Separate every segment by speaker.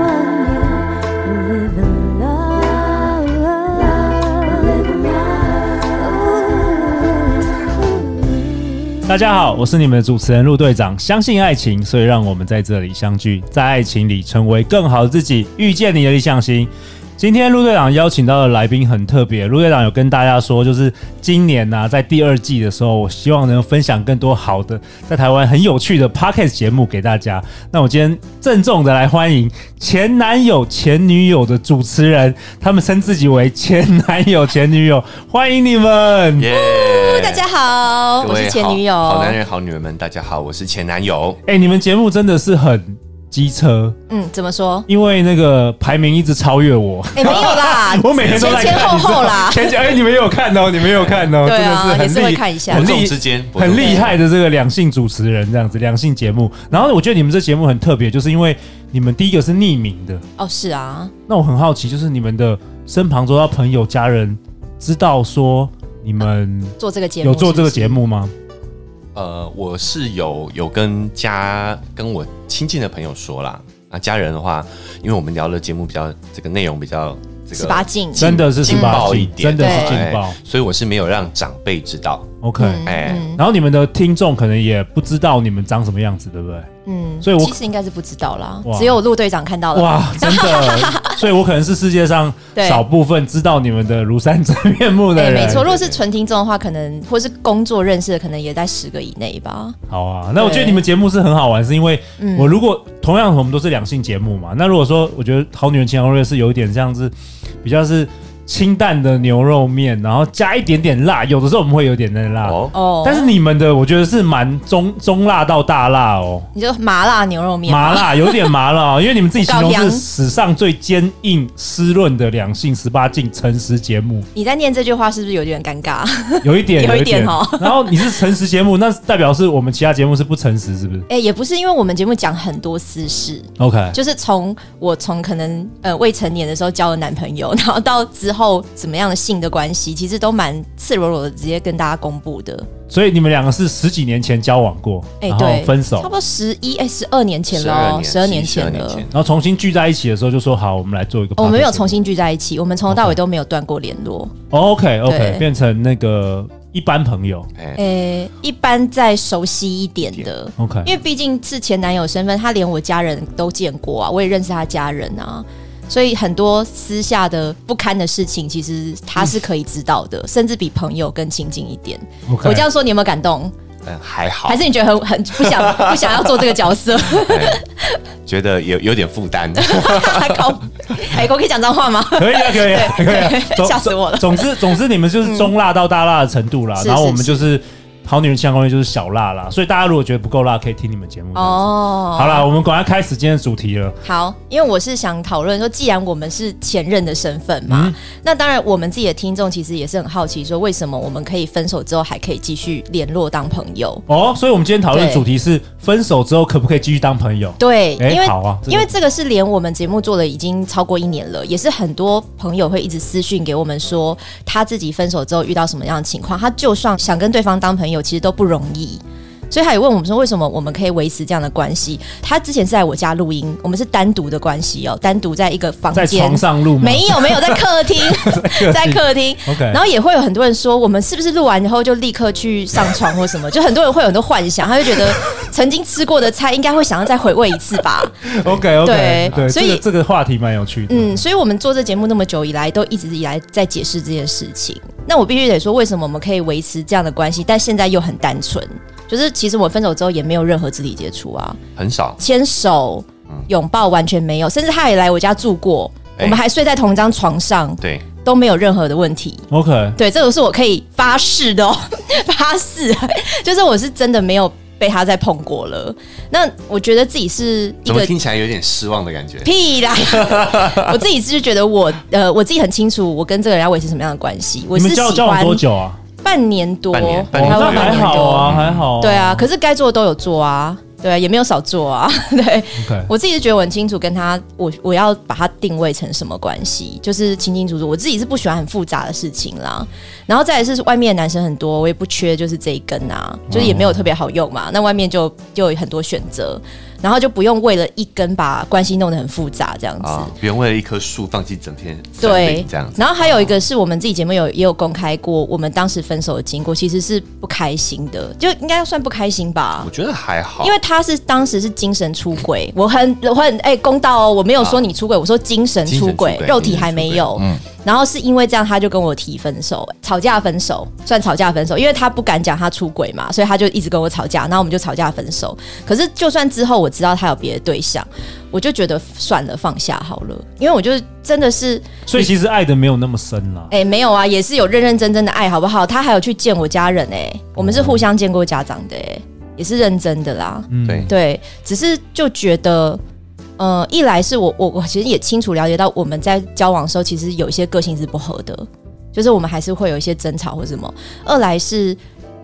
Speaker 1: love you, live in love, live in love.
Speaker 2: 大家好，我是你们的主持人陆队长。相信爱情，所以让我们在这里相聚，在爱情里成为更好的自己，遇见你的理想型。今天陆队长邀请到的来宾很特别，陆队长有跟大家说，就是今年呢、在第二季的时候，我希望能分享更多好的，在台湾很有趣的 podcast 节目给大家。那我今天郑重的来欢迎前男友、前女友的主持人，他们称自己为前男友、前女友，欢迎你们。
Speaker 3: 耶、
Speaker 4: 大家好，
Speaker 3: 各
Speaker 4: 我
Speaker 3: 位
Speaker 4: 是前女友。
Speaker 3: 好好男人、好女人们，大家好，我是前男友。
Speaker 2: 哎、你们节目真的是很机车，
Speaker 4: 嗯，怎么 说？
Speaker 2: 因为那个排名一直超越我，，
Speaker 4: 哎、没有啦
Speaker 2: 我每天都在看
Speaker 4: 前前后后啦。
Speaker 2: 前几哎、你们有看哦，你们有看哦，
Speaker 4: 对
Speaker 2: 真的
Speaker 4: 啊
Speaker 2: 是
Speaker 4: 也是
Speaker 2: 很
Speaker 4: 会
Speaker 2: 厉
Speaker 4: 看一下
Speaker 2: 很
Speaker 3: 伯仲
Speaker 2: 厉
Speaker 3: 之间伯仲
Speaker 2: 很厉害的这个两性主持人这样子，两性节目。然后我觉得你们这节目很特别，就是因为你们第一个是匿名的，
Speaker 4: 哦，是啊，
Speaker 2: 那我很好奇，就是你们的身旁周遭朋友家人知道说你们
Speaker 4: 做这个节目
Speaker 2: 有做这个
Speaker 4: 目
Speaker 2: 节目吗？
Speaker 3: 呃，我是有有跟家跟我亲近的朋友说啦，啊，家人的话，因为我们聊的节目比较这个内容比较这
Speaker 4: 十
Speaker 3: 个
Speaker 4: 八禁，
Speaker 2: 真的是十
Speaker 3: 劲
Speaker 2: 八
Speaker 3: 爆一
Speaker 2: 禁，真
Speaker 3: 点，
Speaker 2: 的是
Speaker 4: 对
Speaker 2: 劲爆
Speaker 3: 哎。所以我是没有让长辈知道。
Speaker 2: OK，、
Speaker 4: 嗯
Speaker 3: 哎
Speaker 4: 嗯
Speaker 2: 然后你们的听众可能也不知道你们长什么样子，对不对？
Speaker 4: 嗯
Speaker 2: 所以我
Speaker 4: 其实应该是不知道啦
Speaker 2: 哇，
Speaker 4: 只有陆队长看到哎了。
Speaker 2: 哇，真的，所以我可能是世界上
Speaker 4: 对
Speaker 2: 少部分知道你们的庐山真面目的
Speaker 4: 哎，
Speaker 2: 人。
Speaker 4: 没错，如果是纯听众的话，可能或是工作认识的，可能也在十个以内吧。
Speaker 2: 好啊，那我觉得你们节目是很好玩，是因为我如果同样我们都是两性节目嘛，那如果说我觉得《好女人情场攻略》是有一点像是比较是清淡的牛肉面，然后加一点点辣，有的时候我们会有点点辣。
Speaker 3: 哦，
Speaker 4: 哦，
Speaker 2: 但是你们的我觉得是蛮中中辣到大辣哦，
Speaker 4: 你就麻辣牛肉面吗，
Speaker 2: 麻辣有点麻辣、哦，因为你们自己形容
Speaker 4: 搞
Speaker 2: 是
Speaker 4: 洋
Speaker 2: 史上最坚硬湿润的两性十八禁诚实节目。
Speaker 4: 你在念这句话是不是有点尴尬？
Speaker 2: 有一点，
Speaker 4: 有一点哦
Speaker 2: 然后你是诚实节目，那代表是我们其他节目是不诚实，是不是
Speaker 4: 哎、也不是，因为我们节目讲很多私事，
Speaker 2: ？OK，
Speaker 4: 就是从我从可能呃未成年的时候交了男朋友， 然后到之后怎么样的性的关系，其实都蛮赤裸裸的，直接跟大家公布的。
Speaker 2: 所以你们两个是十几年前交往过，
Speaker 4: 哎、
Speaker 2: 然后
Speaker 4: 对，
Speaker 2: 分
Speaker 4: 差不
Speaker 2: 手，
Speaker 4: 多十一哎十二年前
Speaker 3: 十二
Speaker 4: 了，
Speaker 3: 年，
Speaker 4: 十二年前
Speaker 3: 12
Speaker 4: 了。
Speaker 2: 然后重新聚在一起的时候就说好，我们来做一个 podcast。
Speaker 4: 哦我们没有重新聚在一起，我们从头到尾都没有断过联络。
Speaker 2: OK OK，
Speaker 4: 对
Speaker 2: 变成那个一般朋友。
Speaker 3: 哎、
Speaker 4: 诶、一般再熟悉一点的，
Speaker 2: OK，
Speaker 4: 因为毕竟是前男友身份，他连我家人都见过啊，我也认识他家人啊，所以很多私下的不堪的事情，其实他是可以知道的，甚至比朋友更亲近一点。
Speaker 2: OK，
Speaker 4: 我这样说，你有没有感动？
Speaker 3: 嗯，还好，
Speaker 4: 还是你觉得很很不想不想要做这个角色？
Speaker 3: 哎觉得有有点负担。
Speaker 4: 靠！哎，我可以讲脏话吗？
Speaker 2: 可以啊，可以啊，可以啊，总
Speaker 4: 吓死我了嗯
Speaker 2: 总总之，总之你们就是中辣到大辣的程度啦，
Speaker 4: 是
Speaker 2: 然后我们
Speaker 4: 是
Speaker 2: 就是好女人相关就是小辣啦，所以大家如果觉得不够辣，可以听你们节目。哦，
Speaker 4: 哦，
Speaker 2: 好啦，我们赶快开始今天的主题了。
Speaker 4: 好，因为我是想讨论说，既然我们是前任的身份嘛，那当然我们自己的听众其实也是很好奇，说为什么我们可以分手之后还可以继续联络当朋友？
Speaker 2: 哦，所以我们今天讨论的
Speaker 4: 对
Speaker 2: 主题是分手之后可不可以继续当朋友？
Speaker 4: 对，
Speaker 2: 哎
Speaker 4: 因为、
Speaker 2: 好啊这个
Speaker 4: 因为这个是连我们节目做了已经超过一年了，也是很多朋友会一直私讯给我们说，他自己分手之后遇到什么样的情况，他就算想跟对方当朋友，其实都不容易。所以他也问我们说，为什么我们可以维持这样的关系？他之前是在我家录音，我们是单独的关系哦，单独在一个房
Speaker 2: 在
Speaker 4: 间
Speaker 2: 床，上录吗？
Speaker 4: 没有没有在客 厅， 在客厅。
Speaker 2: OK
Speaker 4: 然后也会有很多人说，我们是不是录完以后就立刻去上床或什么？就 很多人会有很多幻想，他就觉得曾经吃过的菜应该会想要再回味一次吧。
Speaker 2: OK OK
Speaker 4: 对
Speaker 2: 对，
Speaker 4: 所
Speaker 2: 这
Speaker 4: 以
Speaker 2: 个这个话题蛮有趣的。
Speaker 4: 嗯，所以我们做这节目那么久以来，都一直以来在解释这件事情。那我必须得说，为什么我们可以维持这样的关系，但现在又很单纯？就是其实我分手之后也没有任何肢体接触啊，
Speaker 3: 很少，
Speaker 4: 牵手、拥抱完全没有，甚至他也来我家住过，
Speaker 3: 哎
Speaker 4: 我们还睡在同一张床上，
Speaker 3: 对，
Speaker 4: 都没有任何的问题。
Speaker 2: OK，
Speaker 4: 对，这个是我可以发誓的哦， 发誓，就是我是真的没有被他再碰过了。那我觉得自己是一
Speaker 3: 怎么
Speaker 4: 个
Speaker 3: 听起来有点失望的感觉？
Speaker 4: 屁啦， 我自己是觉得我呃，我自己很清楚我跟这个人要维持什么样的关系。我
Speaker 2: 你
Speaker 4: 是
Speaker 2: 们
Speaker 4: 喜
Speaker 2: 交交
Speaker 4: 欢
Speaker 2: 往多久啊？
Speaker 4: 半年多，
Speaker 3: 半年
Speaker 2: 哦
Speaker 3: 半年
Speaker 4: 交
Speaker 2: 那
Speaker 4: 往
Speaker 3: 左右
Speaker 2: 还好
Speaker 4: 多。嗯
Speaker 2: 啊，还好。
Speaker 4: 对啊，，可是该做的都有做啊，对，也没有少做啊。 对
Speaker 2: OK，
Speaker 4: 我自己是觉得我很清楚，跟他我我要把它定位成什么关系，就是清清楚楚。我自己是不喜欢很复杂的事情啦。然后再来是外面的男生很多，我也不缺，就是这一根啊，
Speaker 3: 嗯
Speaker 4: 就是也没有特别好用嘛。那外面就就有很多选择，然后就不用为了一根把关系弄得很复杂这样子。
Speaker 3: 啊，不用为了一棵树放弃整片森
Speaker 4: 对
Speaker 3: 林，这样子。
Speaker 4: 然后还有一个是我们自己节目有也有公开过，我们当时分手的经过，其实是不开心的，就应该算不开心吧
Speaker 3: 我。觉得还好，
Speaker 4: 因为他是当时是精神出轨，我很我很哎、公道哦，我没有说你出轨，我说精神出
Speaker 3: 精
Speaker 4: 轨
Speaker 3: 神出，轨
Speaker 4: 肉体还没有。
Speaker 3: 嗯
Speaker 4: 然后是因为这样，他就跟我提分手，吵架分手，算吵架分手，因为他不敢讲他出轨嘛，所以他就一直跟我吵架，然后我们就吵架分手。可是就算之后我知道他有别的对象，我就觉得算了，放下好了，因为我就是真的是
Speaker 2: 所以其实爱的没有那么深啦。
Speaker 4: 哎、没有啊，也是有认认真真的爱，好不好？他还有去见我家人哎、我们是互相见过家长的哎、也是认真的啦。
Speaker 2: 嗯
Speaker 3: 对
Speaker 4: 对，只是就觉得，呃，一来是我我我其实也清楚了解到，我们在交往的时候，其实有一些个性是不合的，就是我们还是会有一些争吵或什么。二来是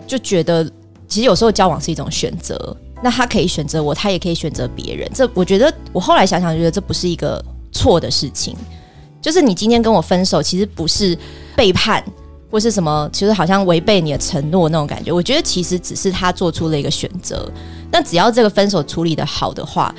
Speaker 4: 就觉得，其实有时候交往是一种选择，那他可以选择我，他也可以选择别人。这我觉得，我后来想想，觉得这不是一个错的事情。就是你今天跟我分手，其实不是背叛或是什么，其实好像违背你的承诺那种感觉。我觉得其实只是他做出了一个选择，那只要这个分手处理的好的话，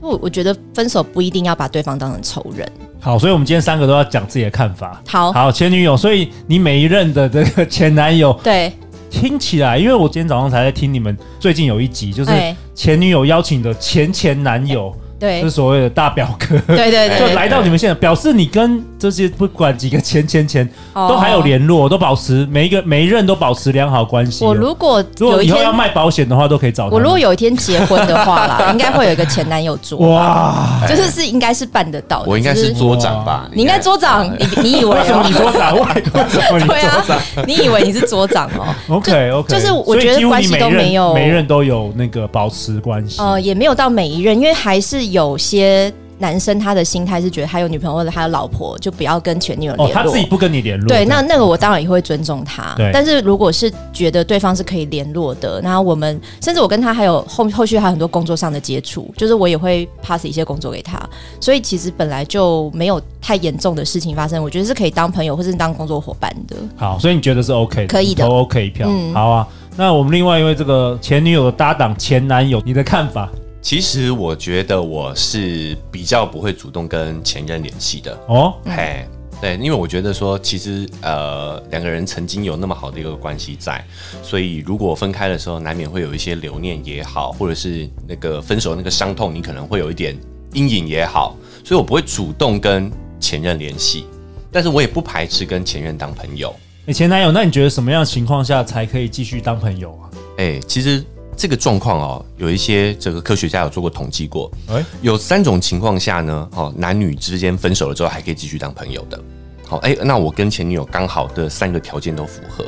Speaker 4: 我我觉得分手不一定要把对方当成仇人。
Speaker 2: 好，所以我们今天三个都要讲自己的看法。
Speaker 4: 好，
Speaker 2: 好，前女友，所以你每一任的这个前男友，
Speaker 4: 对，
Speaker 2: 听起来，因为我今天早上才在听你们最近有一集，就是
Speaker 4: 哎
Speaker 2: 前女友邀请的前前男友，
Speaker 4: 对
Speaker 2: 就是，所谓的大表哥，
Speaker 4: 对对
Speaker 2: 就
Speaker 4: 对，
Speaker 2: 来到你们现场，表示你跟这些不管几个前前前
Speaker 4: 哦
Speaker 2: 都还有。联络，都保持每一个每一任都保持良好关系哦。
Speaker 4: 我如果
Speaker 2: 如
Speaker 4: 有
Speaker 2: 果
Speaker 4: 一
Speaker 2: 以后
Speaker 4: 天
Speaker 2: 要，卖保险的话，都可以找他
Speaker 4: 我
Speaker 2: 们。
Speaker 4: 如果有一天结婚的 话啦，应该会有一个前男友桌，
Speaker 2: 哇，
Speaker 4: 就是是应该是办得到的。
Speaker 3: 我应该
Speaker 4: 只
Speaker 3: 是桌长吧？
Speaker 4: 你应该桌长， 你你以为
Speaker 2: 为什么你
Speaker 4: 哦？
Speaker 2: 说傻外？为什么你
Speaker 4: 对啊，你以为你是桌长 哦？
Speaker 2: ？OK OK，
Speaker 4: 就是我觉得关系都没有
Speaker 2: 每一任都有那个保持关系。
Speaker 4: 呃，也没有到每一任，因为还是有些男生他的心态是觉得他有女朋友或者他有老婆，就不要跟前女友
Speaker 2: 哦
Speaker 4: 联络。，
Speaker 2: 他自己不跟你联络。
Speaker 4: 对，
Speaker 2: 这
Speaker 4: 那
Speaker 2: 样
Speaker 4: 那个我当然也会尊重他
Speaker 2: 对。
Speaker 4: 但是如果是觉得对方是可以联络的，然后我们甚至我跟他还有后后续还有很多工作上的接触，就是我也会 pass 一些工作给他，所以其实本来就没有太严重的事情发生，我觉得是可以当朋友或是当工作伙伴的。
Speaker 2: 好，所以你觉得是 OK 的，
Speaker 4: 可以的
Speaker 2: 你投 OK 一票。
Speaker 4: 嗯
Speaker 2: 好啊，那我们另外一位这个前女友的搭档前男友，你的看法？
Speaker 3: 其实我觉得我是比较不会主动跟前任联系的，
Speaker 2: 哦，
Speaker 3: 嘿，对，因为我觉得说，其实呃，两个人曾经有那么好的一个关系在，所以如果分开的时候，难免会有一些留念也好，或者是那个分手那个伤痛，你可能会有一点阴影也好，所以我不会主动跟前任联系，但是我也不排斥跟前任当朋友。
Speaker 2: 你哎前男友，那你觉得什么样的情况下才可以继续当朋友啊？
Speaker 3: 哎、其实这个状况哦，有一些这个科学家有做过统计过，
Speaker 2: 哎
Speaker 3: 有三种情况下呢，哦，男女之间分手了之后还可以继续当朋友的。好，哎、那我跟前女友刚好的三个条件都符合。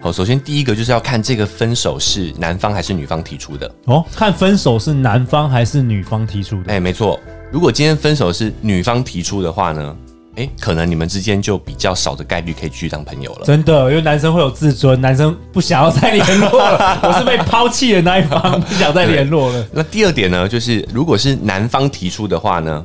Speaker 3: 好，首先第一个就是要看这个分手是男方还是女方提出的。
Speaker 2: 哦，看分手是男方还是女方提出
Speaker 3: 哎、
Speaker 2: 的？
Speaker 3: 没错，如果今天分手是女方提出的话呢，哎、可能你们之间就比较少的概率可以继续当朋友了。
Speaker 2: 真的，因为男生会有自尊，男生不想要再联络 了。我是被抛弃的那一方，不想再联络了。
Speaker 3: 那第二点呢，就是如果是男方提出的话呢，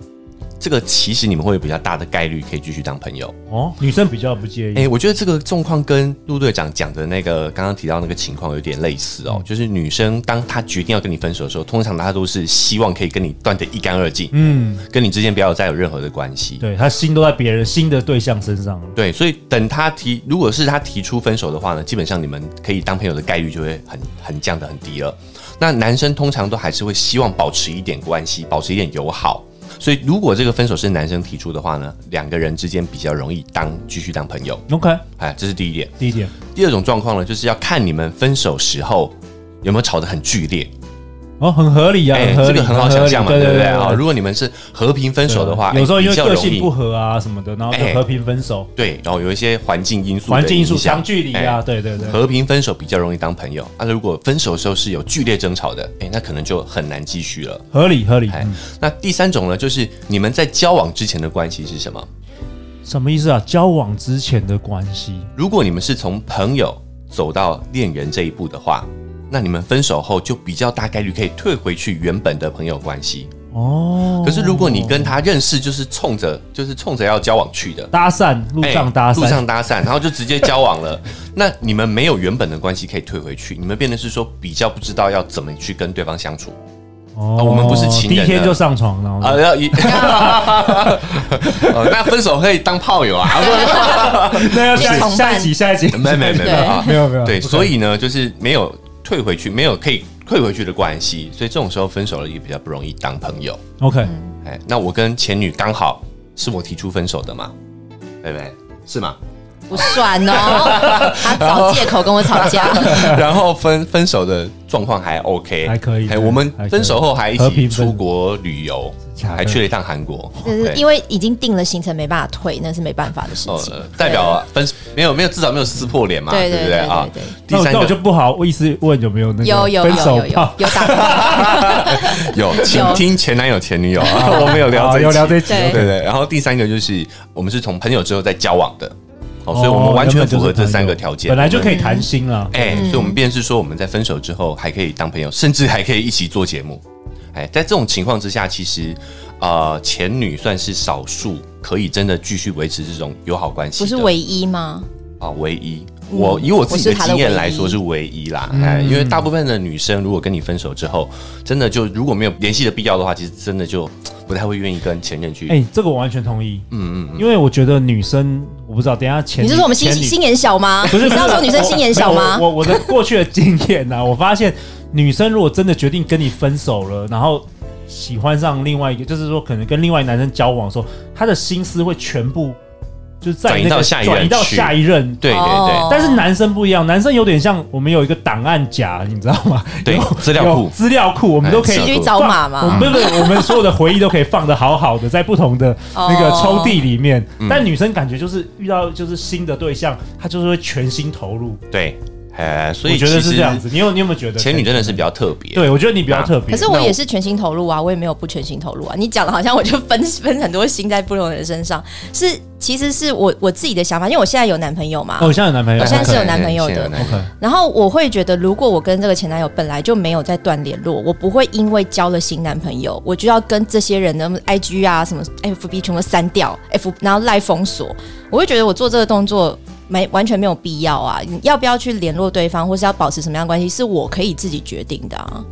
Speaker 3: 这个其实你们会有比较大的概率可以继续当朋友。
Speaker 2: 哦，女生比较不介意。
Speaker 3: 哎、我觉得这个状况跟陆队长讲的那个刚刚提到那个情况有点类似
Speaker 2: 嗯
Speaker 3: 哦，就是女生当她决定要跟你分手的时候，通常她都是希望可以跟你断得一干二净，
Speaker 2: 嗯，
Speaker 3: 跟你之间不要有再有任何的关系。
Speaker 2: 对，他心都在别人新的对象身上了。
Speaker 3: 对，所以等她提，如果是她提出分手的话呢，基本上你们可以当朋友的概率就会很很降得很低了。那男生通常都还是会希望保持一点关系，保持一点友好。所以如果这个分手是男生提出的话呢，两个人之间比较容易当继续当朋友。
Speaker 2: OK，
Speaker 3: 哎，这是第一点。
Speaker 2: 第一点，
Speaker 3: 第二种状况呢，就是要看你们分手时候有没有吵得很剧烈。
Speaker 2: 哦，很合理啊，
Speaker 3: 哎、
Speaker 2: 很合
Speaker 3: 这
Speaker 2: 理，
Speaker 3: 个很好
Speaker 2: 合
Speaker 3: 想
Speaker 2: 理
Speaker 3: 象嘛，
Speaker 2: 对
Speaker 3: 对不对
Speaker 2: 对
Speaker 3: 啊？如果你们是和平分手的话，
Speaker 2: 对有时候
Speaker 3: 哎
Speaker 2: 因为
Speaker 3: 比较
Speaker 2: 个
Speaker 3: 容易
Speaker 2: 性不合啊什么的，然后就
Speaker 3: 哎
Speaker 2: 和平分手。
Speaker 3: 对，然后有一些环境因素的
Speaker 2: 环境因素、
Speaker 3: 影响
Speaker 2: 长距离啊，
Speaker 3: 哎
Speaker 2: 对对对。
Speaker 3: 和平分手比较容易当朋友，啊，如果分手的时候是有剧烈争吵的，哎、那可能就很难继续了。
Speaker 2: 合理合理，
Speaker 3: 哎、
Speaker 2: 嗯
Speaker 3: 那第三种呢，就是你们在交往之前的关系是什么？
Speaker 2: 什么意思啊？交往之前的关系，
Speaker 3: 如果你们是从朋友走到恋人这一步的话，那你们分手后就比较大概率可以退回去原本的朋友关系。
Speaker 2: 哦，
Speaker 3: 可是如果你跟他认识就是冲着就是冲着要交往去的，
Speaker 2: 搭讪路
Speaker 3: 哎
Speaker 2: 上搭
Speaker 3: 路
Speaker 2: 讪，
Speaker 3: 上搭讪，然后就直接交往了。那你们没有原本的关系可以退回去，你们变得是说比较不知道要怎么去跟对方相处。
Speaker 2: 哦
Speaker 3: 啊我们不是情
Speaker 2: 第
Speaker 3: 人
Speaker 2: 一
Speaker 3: 啊
Speaker 2: 天就上床了。
Speaker 3: 啊，要一， 哦那分手可以当炮友啊？呃
Speaker 2: 那要
Speaker 4: 是
Speaker 2: 下
Speaker 4: 同
Speaker 2: 下
Speaker 4: 伴
Speaker 2: 一集，下一集
Speaker 3: 不 没没没没啊
Speaker 2: 没有没有
Speaker 3: 对，
Speaker 2: 不可
Speaker 3: 所以呢，就是没有退回去，没有可以退回去的关系，所以这种时候分手了也比较不容易当朋友。
Speaker 2: ，OK，
Speaker 4: 嗯
Speaker 3: 哎，那我跟前女刚好是我提出分手的嘛，对不对？是 吗？
Speaker 4: 不算哦，他找借口跟我吵架，
Speaker 3: 然后分分手的状况还 OK，
Speaker 2: 还可以对
Speaker 3: 哎，我们
Speaker 2: 还可以
Speaker 3: 分手后还一
Speaker 2: 和平
Speaker 3: 起
Speaker 2: 分
Speaker 3: 出国旅游，
Speaker 2: 假的
Speaker 3: 还去了一趟韩国，
Speaker 4: 就是
Speaker 3: 对
Speaker 4: 因为已经定了行程，没办法退，那是没办法的
Speaker 2: 哦
Speaker 4: 事情
Speaker 3: 呃。，代表分没有没有至少没有撕破脸嘛，
Speaker 4: 对
Speaker 3: 不
Speaker 4: 对
Speaker 3: 对
Speaker 4: 对
Speaker 3: 啊
Speaker 4: 对对？
Speaker 3: 第
Speaker 2: 那我
Speaker 3: 三
Speaker 2: 那我就
Speaker 3: 个
Speaker 2: 不好意思问有没有那
Speaker 4: 有
Speaker 2: 个
Speaker 4: 有
Speaker 2: 分
Speaker 4: 有
Speaker 2: 手
Speaker 4: 有有
Speaker 2: 炮。
Speaker 4: 有打，
Speaker 3: 有，请
Speaker 4: 有
Speaker 3: 听前男友前女友啊， 我们有聊
Speaker 2: 好
Speaker 3: 这一
Speaker 2: 哦有聊
Speaker 3: 集
Speaker 2: 这一集
Speaker 4: 对
Speaker 3: 对对，然后第三个就是我们是从朋友之后再交往的，哦，所以我们
Speaker 2: 哦
Speaker 3: 完
Speaker 2: 原
Speaker 3: 全
Speaker 2: 本就
Speaker 3: 符
Speaker 2: 是
Speaker 3: 合这
Speaker 2: 朋友
Speaker 3: 三个条件，
Speaker 2: 本来就
Speaker 3: 我
Speaker 2: 可
Speaker 3: 们
Speaker 2: 以谈心了。
Speaker 3: 哎，所以我们便是说我们在分手之后还可以当朋友，甚至还可以一起做节目。哎，在这种情况之下，其实呃，前女算是少数可以真的继续维持这种友好关系的，
Speaker 4: 不是唯一吗？
Speaker 3: 啊、唯一。我以我自己的
Speaker 4: 嗯我是她的
Speaker 3: 经验
Speaker 4: 唯一嗯
Speaker 3: 来说是唯一啦，哎，因为大部分的女生如果跟你分手之后，真的就如果没有联系的必要的话，其实真的就不太会愿意跟前任去。
Speaker 2: 哎、这个我完全同意，
Speaker 3: 嗯嗯嗯，
Speaker 2: 因为我觉得女生，我不知道，等一下前
Speaker 4: 你是说我们心
Speaker 2: 前女
Speaker 4: 心眼小吗？
Speaker 2: 不是
Speaker 4: 你是要
Speaker 2: 不是
Speaker 4: 说女生心眼小吗
Speaker 2: 我？我我的过去的经验呐、啊， 我发现女生如果真的决定跟你分手了，然后喜欢上另外一个，就是说可能跟另外一个男生交往的时候，她的心思会全部就是在
Speaker 3: 转移
Speaker 2: 那个
Speaker 3: 到下一任
Speaker 2: 转移到
Speaker 3: 去
Speaker 2: 下一任。
Speaker 3: 对对对，
Speaker 4: 哦
Speaker 2: 但是男生不一样，男生有点像我们有一个档案夹，你知道吗？
Speaker 3: 对
Speaker 2: 有
Speaker 3: 资料库
Speaker 2: 有资料库，我们都可以
Speaker 4: 骑
Speaker 3: 哎
Speaker 4: 驴找
Speaker 2: 放
Speaker 4: 马
Speaker 2: 我
Speaker 4: 嘛
Speaker 2: 们，不是，我们所有的回忆都可以放的好好的，在不同的
Speaker 4: 哦
Speaker 2: 那个抽屉里面。
Speaker 3: 嗯
Speaker 2: 但女生感觉就是遇到就是新的对象，她就是会全心投入。
Speaker 3: 对，哎，所
Speaker 2: 我
Speaker 3: 以
Speaker 2: 觉得
Speaker 3: 其
Speaker 2: 是
Speaker 3: 实
Speaker 2: 这样子。你有你有没有觉得
Speaker 3: 前女真的是比较特别。
Speaker 2: 对，我觉得你比较特别。
Speaker 4: 可是我也是全心投入啊，我也没有不全心投入啊。你讲的好像我就分分很多心在不同的人身上，是其实是我我自己的想法，因为我现在有男朋友嘛，
Speaker 2: 哦，我现在有男朋友，
Speaker 4: 我现在是有
Speaker 2: OK
Speaker 4: 男朋友的
Speaker 3: 哎现在有男朋友
Speaker 2: OK
Speaker 4: 然后我会觉得，如果我跟这个前男友本来就没有在断联络，我不会因为交了新男朋友，我就要跟这些人的 IG 啊、什么 FB 全部删掉，F 然后赖封锁。我会觉得我做这个动作没完全没有必要啊！你要不要去联络对方，或是要保持什么样的关系，是我可以自己决定的啊。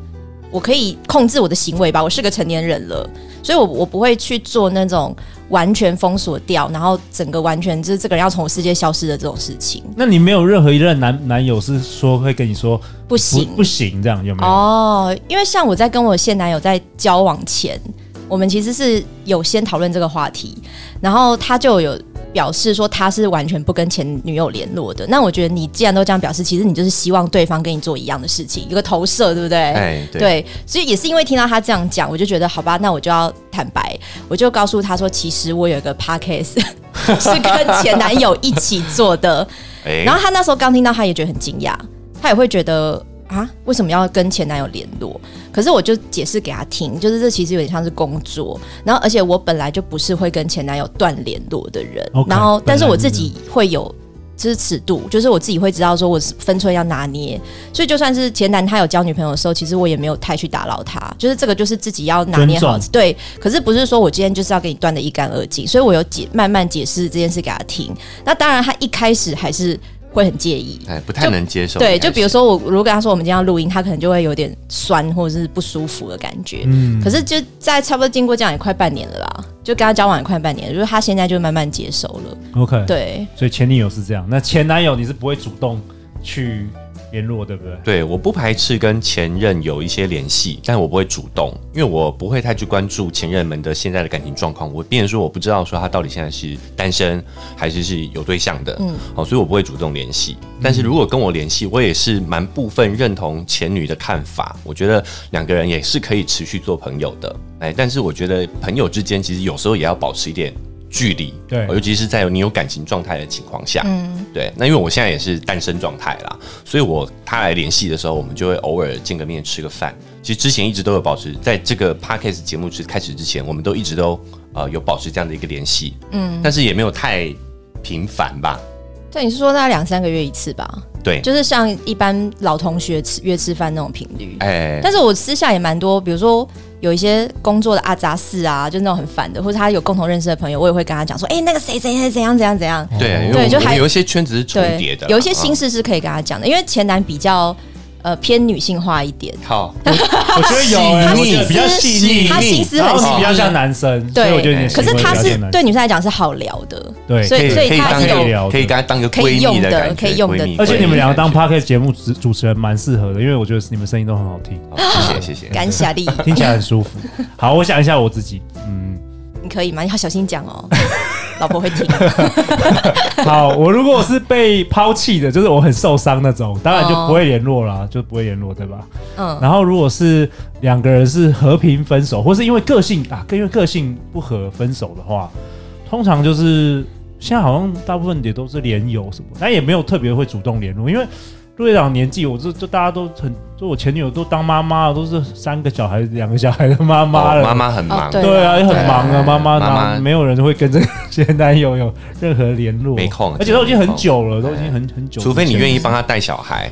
Speaker 4: 我可以控制我的行为吧，我是个成年人了，所以我我不会去做那种完全封锁掉，然后整个完全就是这个人要从我世界消失的这种事情，
Speaker 2: 那你没有任何一任男男友是说会跟你说
Speaker 4: 不
Speaker 2: 不
Speaker 4: 行，
Speaker 2: 不行这样有没有？
Speaker 4: 哦，因为像我在跟我现男友在交往前，我们其实是有先讨论这个话题，然后他就有表示说他是完全不跟前女友联络的。那我觉得你既然都这样表示，其实你就是希望对方跟你做一样的事情，一个投射，对不对？
Speaker 3: 哎，对，
Speaker 4: 对，所以也是因为听到他这样讲，我就觉得好吧，那我就要坦白，我就告诉他说，其实我有一个 podcast 是跟前男友一起做的，
Speaker 3: 哎
Speaker 4: 然后她那时候刚听到，她也觉得很惊讶，她也会觉得啊，为什么要跟前男友联络？可是我就解释给她听，就是这其实有点像是工作，然后而且我本来就不是会跟前男友断联络的人
Speaker 2: OK，
Speaker 4: 然后但是我
Speaker 2: 本来
Speaker 4: 自
Speaker 2: 就
Speaker 4: 己会有。就是尺度，就是我自己会知道说我是分寸要拿捏，所以就算是前男他有交女朋友的时候，其实我也没有太去打扰他，就是这个就是自己要拿捏好
Speaker 2: 尊重，
Speaker 4: 对。可是不是说我今天就是要给你断的一干二净，所以我有解慢慢解释这件事给他听，那当然，他一开始还是会很介意。
Speaker 3: 哎，不太能接受。
Speaker 4: 对，就比如说我如果跟他说我们今天要录音，他可能就会有点酸或者是不舒服的感觉。
Speaker 2: 嗯
Speaker 4: 可是就在差不多经过这样也快半年了啦，就跟他交往也快半年了，就是他现在就慢慢接受了。
Speaker 2: ，OK，，
Speaker 4: 对，
Speaker 2: 所以前女友是这样，那前男友你是不会主动去联络，对不对？
Speaker 3: 对，我不排斥跟前任有一些联系，但我不会主动，因为我不会太去关注前任们的现在的感情状况。我变成说我不知道说他到底现在是单身还是是有对象的，嗯，好、所以我不会主动联系。但是如果跟我联系，我也是蛮部分认同前女的看法，我觉得两个人也是可以持续做朋友的。哎，但是我觉得朋友之间其实有时候也要保持一点。距离，
Speaker 2: 对
Speaker 3: 哦尤其是在你有感情状态的情况下，嗯，对。那因为我现在也是单身状态啦，所以我他来联系的时候，我们就会偶尔见个面吃个饭。其实之前一直都有保持，在这个 podcast 节目之开始之前，我们都一直都呃有保持这样的一个联系，嗯，但是也没有太频繁吧。
Speaker 4: 对，你是说大概两三个月一次吧？
Speaker 3: 对，
Speaker 4: 就是像一般老同学吃约吃饭那种频率。
Speaker 3: 哎，
Speaker 4: 但是我私下也蛮多，比如说有一些工作的阿杂事啊，就是那种很烦的，或者他有共同认识的朋友，我也会跟他讲说，哎、那个谁谁谁怎样怎样怎样。
Speaker 3: 对，
Speaker 2: 哦
Speaker 3: 因为
Speaker 4: 对
Speaker 3: 我
Speaker 4: 就
Speaker 3: 我们
Speaker 4: 还
Speaker 3: 有一些圈子是嗯重叠
Speaker 4: 对
Speaker 3: 的啦，，
Speaker 4: 有一些心
Speaker 3: 啊
Speaker 4: 事是可以跟他讲的，因为前男比较呃偏女性化一点。
Speaker 3: 好，
Speaker 2: 我觉得有欸，
Speaker 3: 细腻
Speaker 2: 我觉得比较细腻，
Speaker 4: 他心思
Speaker 2: 然
Speaker 4: 很
Speaker 2: 后
Speaker 4: 细
Speaker 2: 你比较
Speaker 4: 腻
Speaker 2: 像男生，所以我觉
Speaker 4: 对，
Speaker 2: 得你的
Speaker 4: 可是
Speaker 2: 行为
Speaker 4: 他
Speaker 2: 比较
Speaker 4: 是
Speaker 2: 像男
Speaker 4: 对女生来讲是好聊的，
Speaker 2: 对
Speaker 4: 所
Speaker 3: 可
Speaker 4: 以
Speaker 3: 以
Speaker 4: 所
Speaker 3: 可以
Speaker 4: 他
Speaker 3: 当
Speaker 2: 可
Speaker 4: 是
Speaker 2: 以
Speaker 4: 有
Speaker 2: 聊的
Speaker 3: 可以跟他当个
Speaker 4: 可
Speaker 3: 闺
Speaker 4: 以
Speaker 3: 蜜
Speaker 4: 用的
Speaker 3: 感觉，
Speaker 4: 可以用的
Speaker 3: 闺蜜
Speaker 2: 而且你们两个当
Speaker 3: 闺
Speaker 2: podcast 节目主主持人蛮适合的，因为我觉得你们声音都很好听，
Speaker 3: 蜜好谢谢谢谢。
Speaker 4: 感 谢力，
Speaker 2: 听起来很舒服。好，我想一下我自己，嗯，
Speaker 4: 你可以吗？你要小心讲哦，老婆会听。
Speaker 2: 好，我如果是被抛弃的，就是我很受伤那种，当然就不会联络啦，就不会联络，对吧？
Speaker 4: 嗯，
Speaker 2: 然后如果是两个人是和平分手，或是因为个性啊，因为个性不合分手的话，通常就是现在好像大部分也都是联友什么，但也没有特别会主动联络，因为陆队长年纪，我这就大家都很，就我前女友都当妈妈了，都是三个小孩、两个小孩的妈妈
Speaker 3: 哦
Speaker 2: 了。
Speaker 3: 妈妈很
Speaker 4: 哦
Speaker 3: 忙，
Speaker 4: 对
Speaker 2: 对啊，也很忙啊，
Speaker 3: 对
Speaker 2: 妈妈
Speaker 3: 妈妈
Speaker 2: 哪没有人会跟这个前男友有任何联络，
Speaker 3: 没空
Speaker 2: 而且都已经
Speaker 3: 真的没
Speaker 2: 很
Speaker 3: 空
Speaker 2: 久了，都已经很很久之前了，
Speaker 3: 除非你愿意帮他带小孩，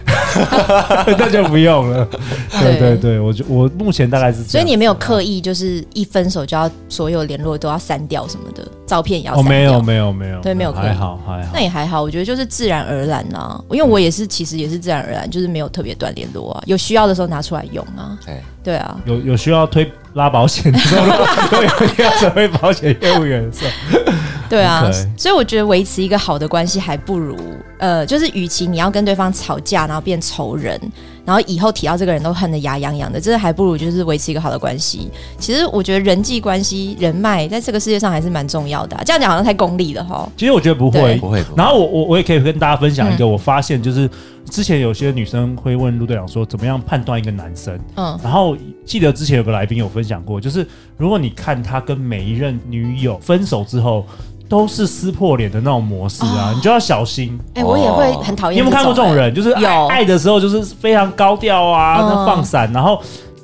Speaker 2: 那就不用了。对
Speaker 4: 对
Speaker 2: 对对，我就我目前大概是这样，
Speaker 4: 所以你也没有刻意就是一分手就要所有联络都要删掉什么的，照片也要
Speaker 2: 哦，
Speaker 4: 删掉。
Speaker 2: 没有没有没有，
Speaker 4: 对没有
Speaker 2: 还好还好
Speaker 4: 那。也还好，我觉得就是自然而然啦、因为我也是，其实也是自然而然，就是没有特别断联络啊，有需要的时候拿出来用啊。
Speaker 3: 对，
Speaker 4: 对啊，
Speaker 2: 有有需要推拉保险的时候，如果如果有一天要成为保险业务员的时候，
Speaker 4: 对啊
Speaker 2: OK，
Speaker 4: 所以我觉得维持一个好的关系，还不如呃，就是与其你要跟对方吵架，然后变仇人，然后以后提到这个人都恨得牙痒痒的，真的还不如就是维持一个好的关系。其实我觉得人际关系、人脉在这个世界上还是蛮重要的啊、这样讲好像太功利了哈。
Speaker 2: 其实我觉得不
Speaker 4: 对
Speaker 2: 会。
Speaker 3: 不会不会。
Speaker 2: 然后我我我也可以跟大家分享一个，我发现就是之前有些女生会问陆队长说，怎么样判断一个男生？
Speaker 4: 嗯，
Speaker 2: 然后记得之前有个来宾有分享过，就是如果你看他跟每一任女友分手之后，都是撕破脸的那种模式
Speaker 4: 哦
Speaker 2: 啊，你就要小心。
Speaker 4: 哎、我也会很讨
Speaker 2: 哦你
Speaker 4: 厌。
Speaker 2: 有没有看过这种？人？就是爱
Speaker 4: 有
Speaker 2: 爱的时候就是非常高调啊，
Speaker 4: 嗯
Speaker 2: 那放闪，然后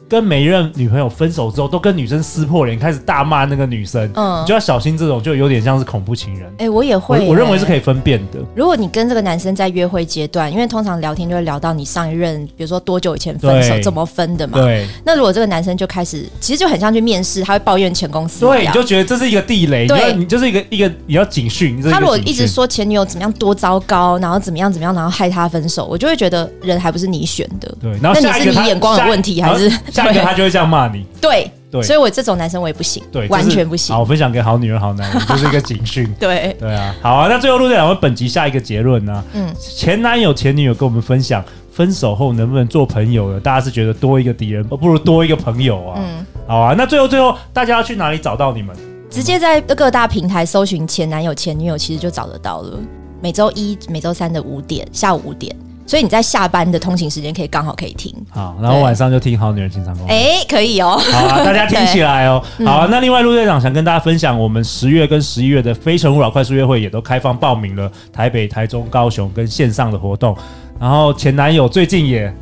Speaker 2: 跟每一任女朋友分手之后，都跟女生撕破脸，开始大骂那个女生。
Speaker 4: 嗯
Speaker 2: 你就要小心这种，就有点像是恐怖情人。
Speaker 4: 哎、我也
Speaker 2: 我
Speaker 4: 会、
Speaker 2: 我认为是可
Speaker 4: 以。
Speaker 2: 以分辨的。
Speaker 4: 如果你跟这个男生在约会阶段，因为通常聊天就会聊到你上一任，比如说多久以前分手
Speaker 2: 对，
Speaker 4: 怎么分的嘛。
Speaker 2: 对
Speaker 4: 那如果这个男生就开始，其实就很像去面试，他会抱怨前公司一样。
Speaker 2: 对，你就觉得这是一个地雷，你
Speaker 4: 啊对
Speaker 2: 要你就是一个一个你要警讯。这是一个
Speaker 4: 他如果
Speaker 2: 警
Speaker 4: 一
Speaker 2: 讯
Speaker 4: 直说前女友怎么样多糟糕，然后怎么样怎么样，然后害他分手，我就会觉得人还不是你选的，
Speaker 2: 对，然后
Speaker 4: 那
Speaker 2: 下
Speaker 4: 你
Speaker 2: 一
Speaker 4: 是
Speaker 2: 个
Speaker 4: 你
Speaker 2: 他
Speaker 4: 眼光有问题
Speaker 2: 下
Speaker 4: 还是
Speaker 2: 下一个他就会这样骂 你？
Speaker 4: 对
Speaker 2: 对
Speaker 4: 所以我这种男生我也不行，
Speaker 2: 对，
Speaker 4: 完
Speaker 2: 就是
Speaker 4: 全不行
Speaker 2: 好，，我分享给好女人、好男 人，就是一个警讯。
Speaker 4: 对，
Speaker 2: 对啊，好啊，那最后陆队长，我们本集下一个结论呢、嗯
Speaker 4: 嗯，
Speaker 2: 前男友、前女友跟我们分享，分手后能不能做朋友的？大家是觉得多一个敌人，呃不如多一个朋友啊。
Speaker 4: 嗯，
Speaker 2: 好啊，那最后最后，大家要去哪里找到你们？
Speaker 4: 直接在各大平台搜寻前男友、前女友，其实就找得到了。每周一、每周三的五点，下午五点，所以你在下班的通勤时间可以刚好可以听，
Speaker 2: 好，然后
Speaker 4: 对
Speaker 2: 晚上就听《好女人情场攻略》。
Speaker 4: 哎、可以哦，
Speaker 2: 好啊，大家听起来哦。好啊，那另外陆队长想跟大家分享，我们十月跟十一月的《非诚勿扰》快速约会也都开放报名了，台北、台中、高雄跟线上的活动。然后前男友最近也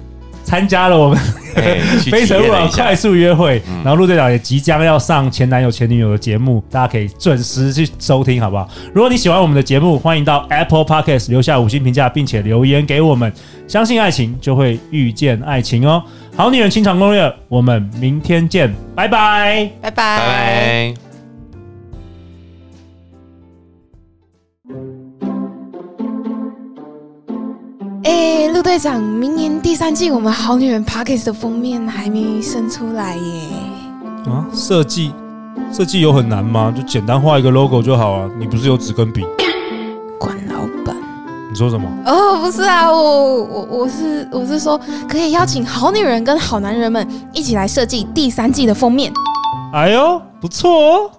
Speaker 2: 参加了我嗯们
Speaker 3: 哎 去
Speaker 2: 非
Speaker 3: 体
Speaker 2: 诚
Speaker 3: 验
Speaker 2: 勿
Speaker 3: 了
Speaker 2: 扰
Speaker 3: 一下
Speaker 2: 快速约会，然后陆队长也即将要上前男友前女友的节目，大家可以准时去收听，好不好？如果你喜欢我们的节目，欢迎到 Apple Podcast 留下五星评价，并且留言给我们。相信爱情，就会遇见爱情哦。好女人情场攻略，我们明天见，拜拜。
Speaker 4: 拜拜。
Speaker 3: 拜拜。
Speaker 5: 哎，陆队长，明年第三季我们《好女人 Pockets》的封面还没生出来耶。
Speaker 2: 啊，设计设计有很难吗？就简单画一个 logo 就好啊。你不是有纸跟笔？
Speaker 5: 管老板。
Speaker 2: 你说什么？
Speaker 5: 哦，不是啊，我我我是我是说，可以邀请好女人跟好男人们一起来设计第三季的封面。
Speaker 2: 哎呦，不错哦。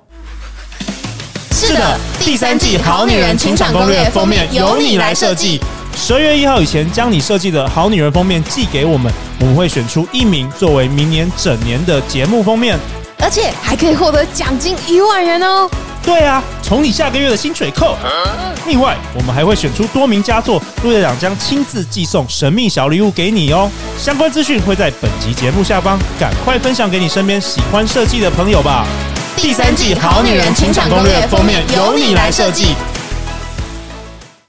Speaker 5: 是
Speaker 2: 是的，第三季《好女人情场攻略》封面由你来设计。。十二月一号以前，将你设计的好女人封面寄给我们，我们会选出一名作为明年整年的节目封面。
Speaker 5: 而且还可以获得奖金一万元哦！
Speaker 2: 对啊，从你下个月的薪水扣。另外，我们还会选出多名佳作，陆队长将亲自寄送神秘小礼物给你哦。相关资讯会在本集节目下方，赶快分享给你身边喜欢设计的朋友吧。第三季《好女人情场攻略》封面由你来设计，